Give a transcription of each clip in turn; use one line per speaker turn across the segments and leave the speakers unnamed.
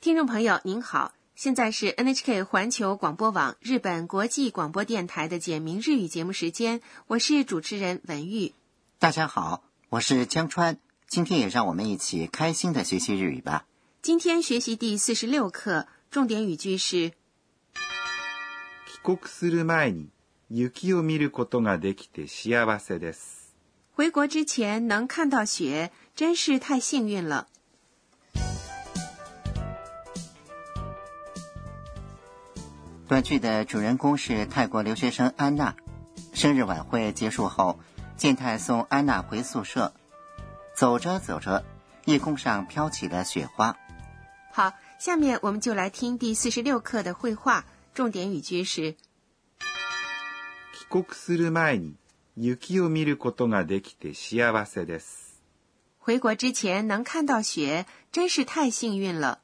听众朋友您好，现在是 NHK 环球广播网日本国际广播电台的简明日语节目时间，我是主持人文玉。
大家好，我是江川，今天也让我们一起开心的学习日语吧。
今天学习第四十六课，重点语句是
帰国する前に雪を見ることができて幸せです。
回国之前能看到雪，真是太幸运了。
短剧的主人公是泰国留学生安娜。生日晚会结束后，健太送安娜回宿舍。走着走着，夜空上飘起了雪花。
好，下面我们就来听第四十六课的绘画，重点语句是
帰国する前に雪を見ることができて幸せです。
回国之前能看到雪，真是太幸运了。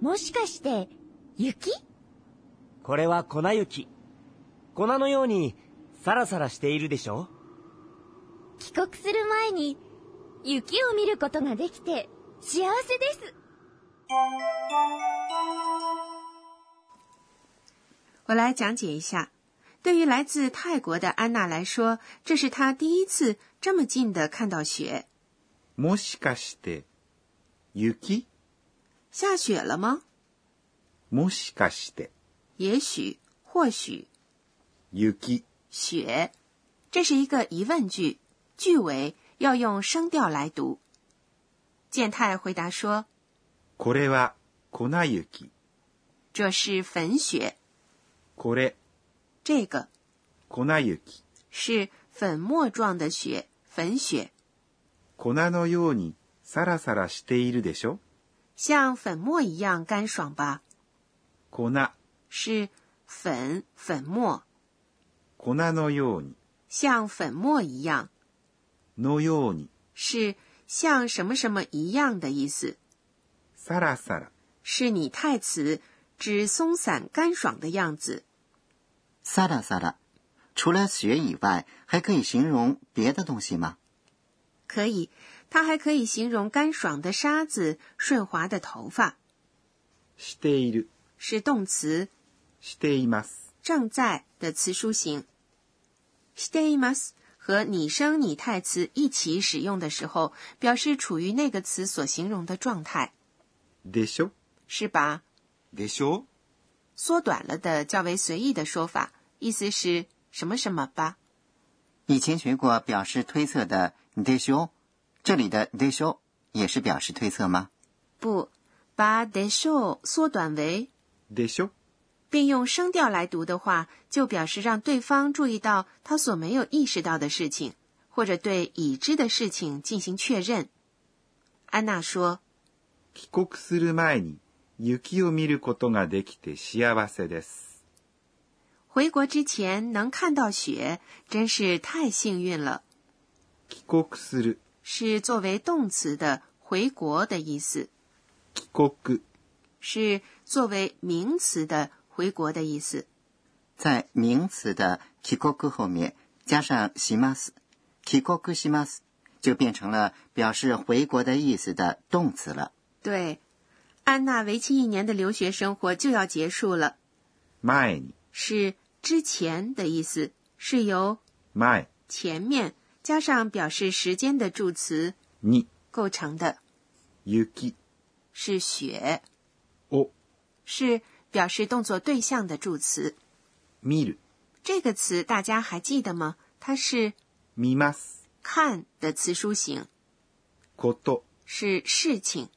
もしかして、雪
これは粉雪。粉のようにサラサラしているでしょ
帰国する前に、雪を見ることができて、幸せです。
我来讲解一下。对于来自泰国的安娜来说，这是她第一次这么近的看到雪。
もしかして、雪
下雪了吗？
もしかして、
也许，或许，
雪
雪。这是一个疑问句，句尾要用声调来读。健太回答说
これは粉雪。：“
这是粉雪，
これ、
这个
粉雪。
是粉末状的雪，粉雪，
粉のようにサラサラしているでしょ
像粉末一样干爽吧？
粉、
是粉粉末，
粉のように、
像粉末一样。”
のように、
是像什么什么一样的意思，
サラサラ。
是拟态词，指松散干爽的样子。
萨拉萨拉，除了雪以外，还可以形容别的东西吗？
可以，它还可以形容干爽的沙子、顺滑的头发，
している、
是动词
しています。
“正在”的词书形。しています和拟声拟态词一起使用的时候，表示处于那个词所形容的状态，
でしょ
是把
でしょ
缩短了的较为随意的说法，意思是什么什么吧。
以前学过表示推测的 d e s h o 这里的 d e s h o 也是表示推测吗？
不，把 de show 缩短为，
でしょ
并用声调来读的话，就表示让对方注意到他所没有意识到的事情，或者对已知的事情进行确认。安娜说
帰国する前に雪を見ることができて幸せです。：“
回国之前能看到雪，真是太幸运了。
帰国する、”
是作为动词的“回国”的意思，
帰国、
是作为名词的“回国”的意思。
在名词的 “kikoku” 后面加上 “shimas”，“kikoku shimas” 就变成了表示回国的意思的动词了。
对，安娜为期一年的留学生活就要结束了。
前に、
是之前的意思，是由
前
前面加上表示时间的助词
に、
构成的，
雪
是雪，
を
是表示动作对象的助词。
見る、
这个词大家还记得吗？它是
見ます、
看的词书形，
こと、
是事情。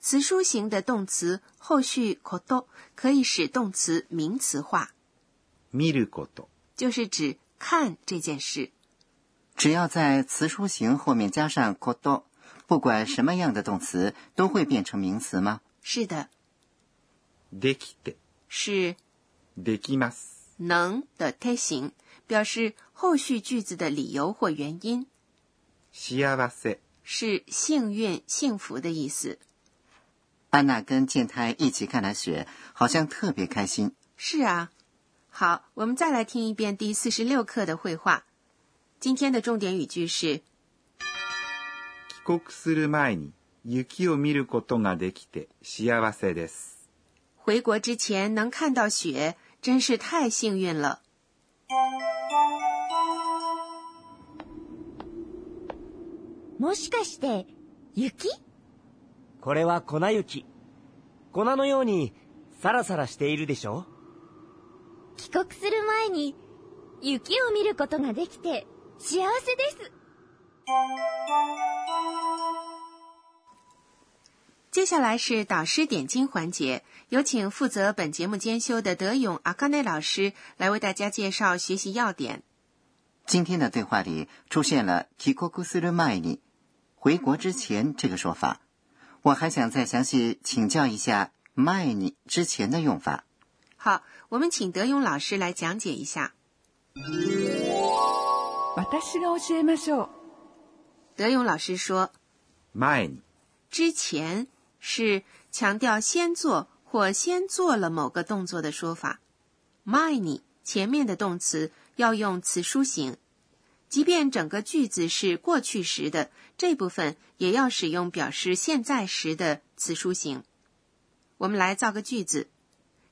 词书形的动词后续 koto 可以使动词名词化，
見ること、
就是指看这件事。
只要在词书形后面加上 “koto”，不管什么样的动词都会变成名词吗？
是的，
できて、
是
できます、
能的推形，表示后续句子的理由或原因，
幸せ、
是幸运、幸福的意思。
安娜跟健太一起看了雪，好像特别开心。
是啊，好，我们再来听一遍第四十六课的绘画。今天的重点语句是
国する前に雪を見ることができて幸せです。
回国之前能看到雪，真是太幸运了。
もしかして、雪
これは粉雪。粉のようにサラサラしているでしょ
帰国する前に、雪を見ることができて、幸せです。
接下来是导师点睛环节，有请负责本节目监修的德勇阿卡内老师来为大家介绍学习要点。
今天的对话里出现了“帰国する前に”回国之前这个说法，我还想再详细请教一下“前に”之前的用法。
好，我们请德勇老师来讲解一下。
私が教えましょう
德勇老师说，
前に、
之前是强调先做或先做了某个动作的说法。前に前面的动词要用词书形，即便整个句子是过去时的，这部分也要使用表示现在时的词书形。我们来造个句子：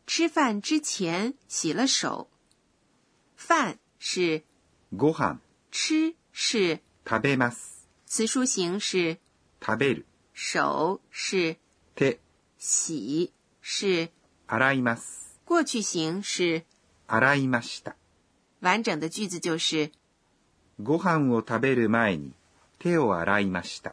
吃饭之前洗了手。饭是
ご飯、
吃是
食べます、
词书形是
食べる、
手是
手、
洗是
洗います、
过去形是
洗いました。
完整的句子就是
ご飯を食べる前に手を洗いました。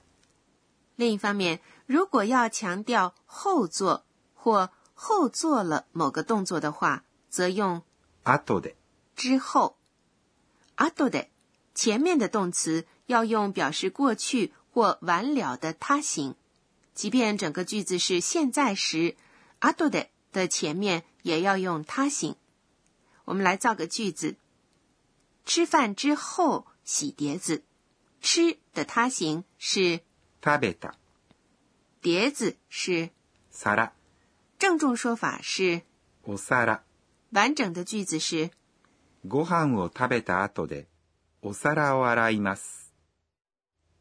另一方面，如果要强调后做或后做了某个动作的话，则用
後で、
之后。後で前面的动词要用表示过去或完了的他形，即便整个句子是现在时，後で的前面也要用他形。我们来造个句子：吃饭之后洗碟子。吃的他形是
食べた、
碟子是
皿、
郑重说法是
お皿。
完整的句子是
ご飯を食べた後でお皿を洗います。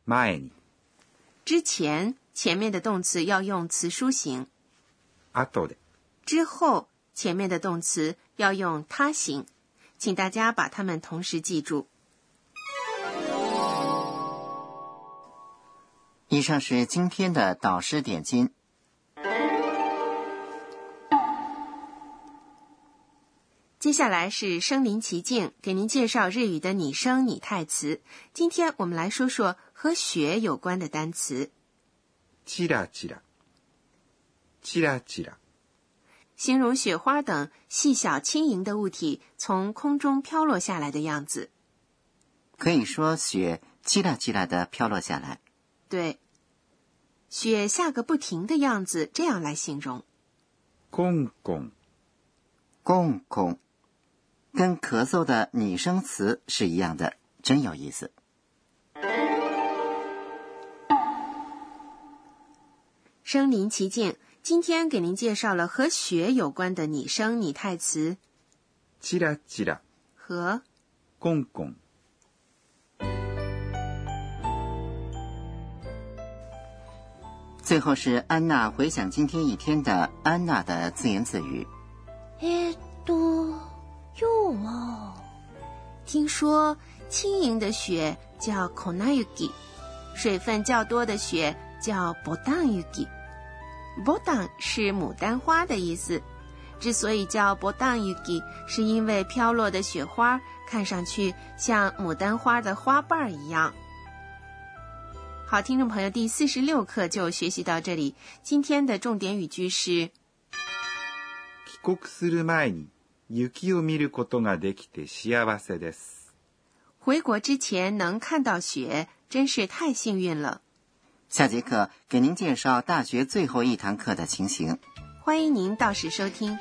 前に、
之前前面的动词要用词书形，
後で、
之后前面的动词要用他形，请大家把它们同时记住。
以上是今天的导师点睛。
接下来是身临其境，给您介绍日语的拟声拟态词。今天我们来说说和雪有关的单词，
チラチラ、チラチラ、
形容雪花等细小轻盈的物体从空中飘落下来的样子。
可以说雪叽啦叽啦的飘落下来。
对，雪下个不停的样子，这样来形容。
コンコン、
公公，跟咳嗽的拟声词是一样的，真有意思。
身临其境，今天给您介绍了和雪有关的拟声拟态词
チラチラ、
和
コンコン。
最后是安娜回想今天一天的安娜的自言自语。
えー、っと、今日は、
听说轻盈的雪叫 konayuki，水分较多的雪叫 botanayuki。botan 是牡丹花的意思，之所以叫 botanayuki，是因为飘落的雪花看上去像牡丹花的花瓣儿一样。好，听众朋友，第四十六课就学习到这里。今天的重点语句是
帰国する前に雪を見ることができて幸せです。
回国之前能看到雪，真是太幸运了。
下节课给您介绍大学最后一堂课的情形。
欢迎您到时收听。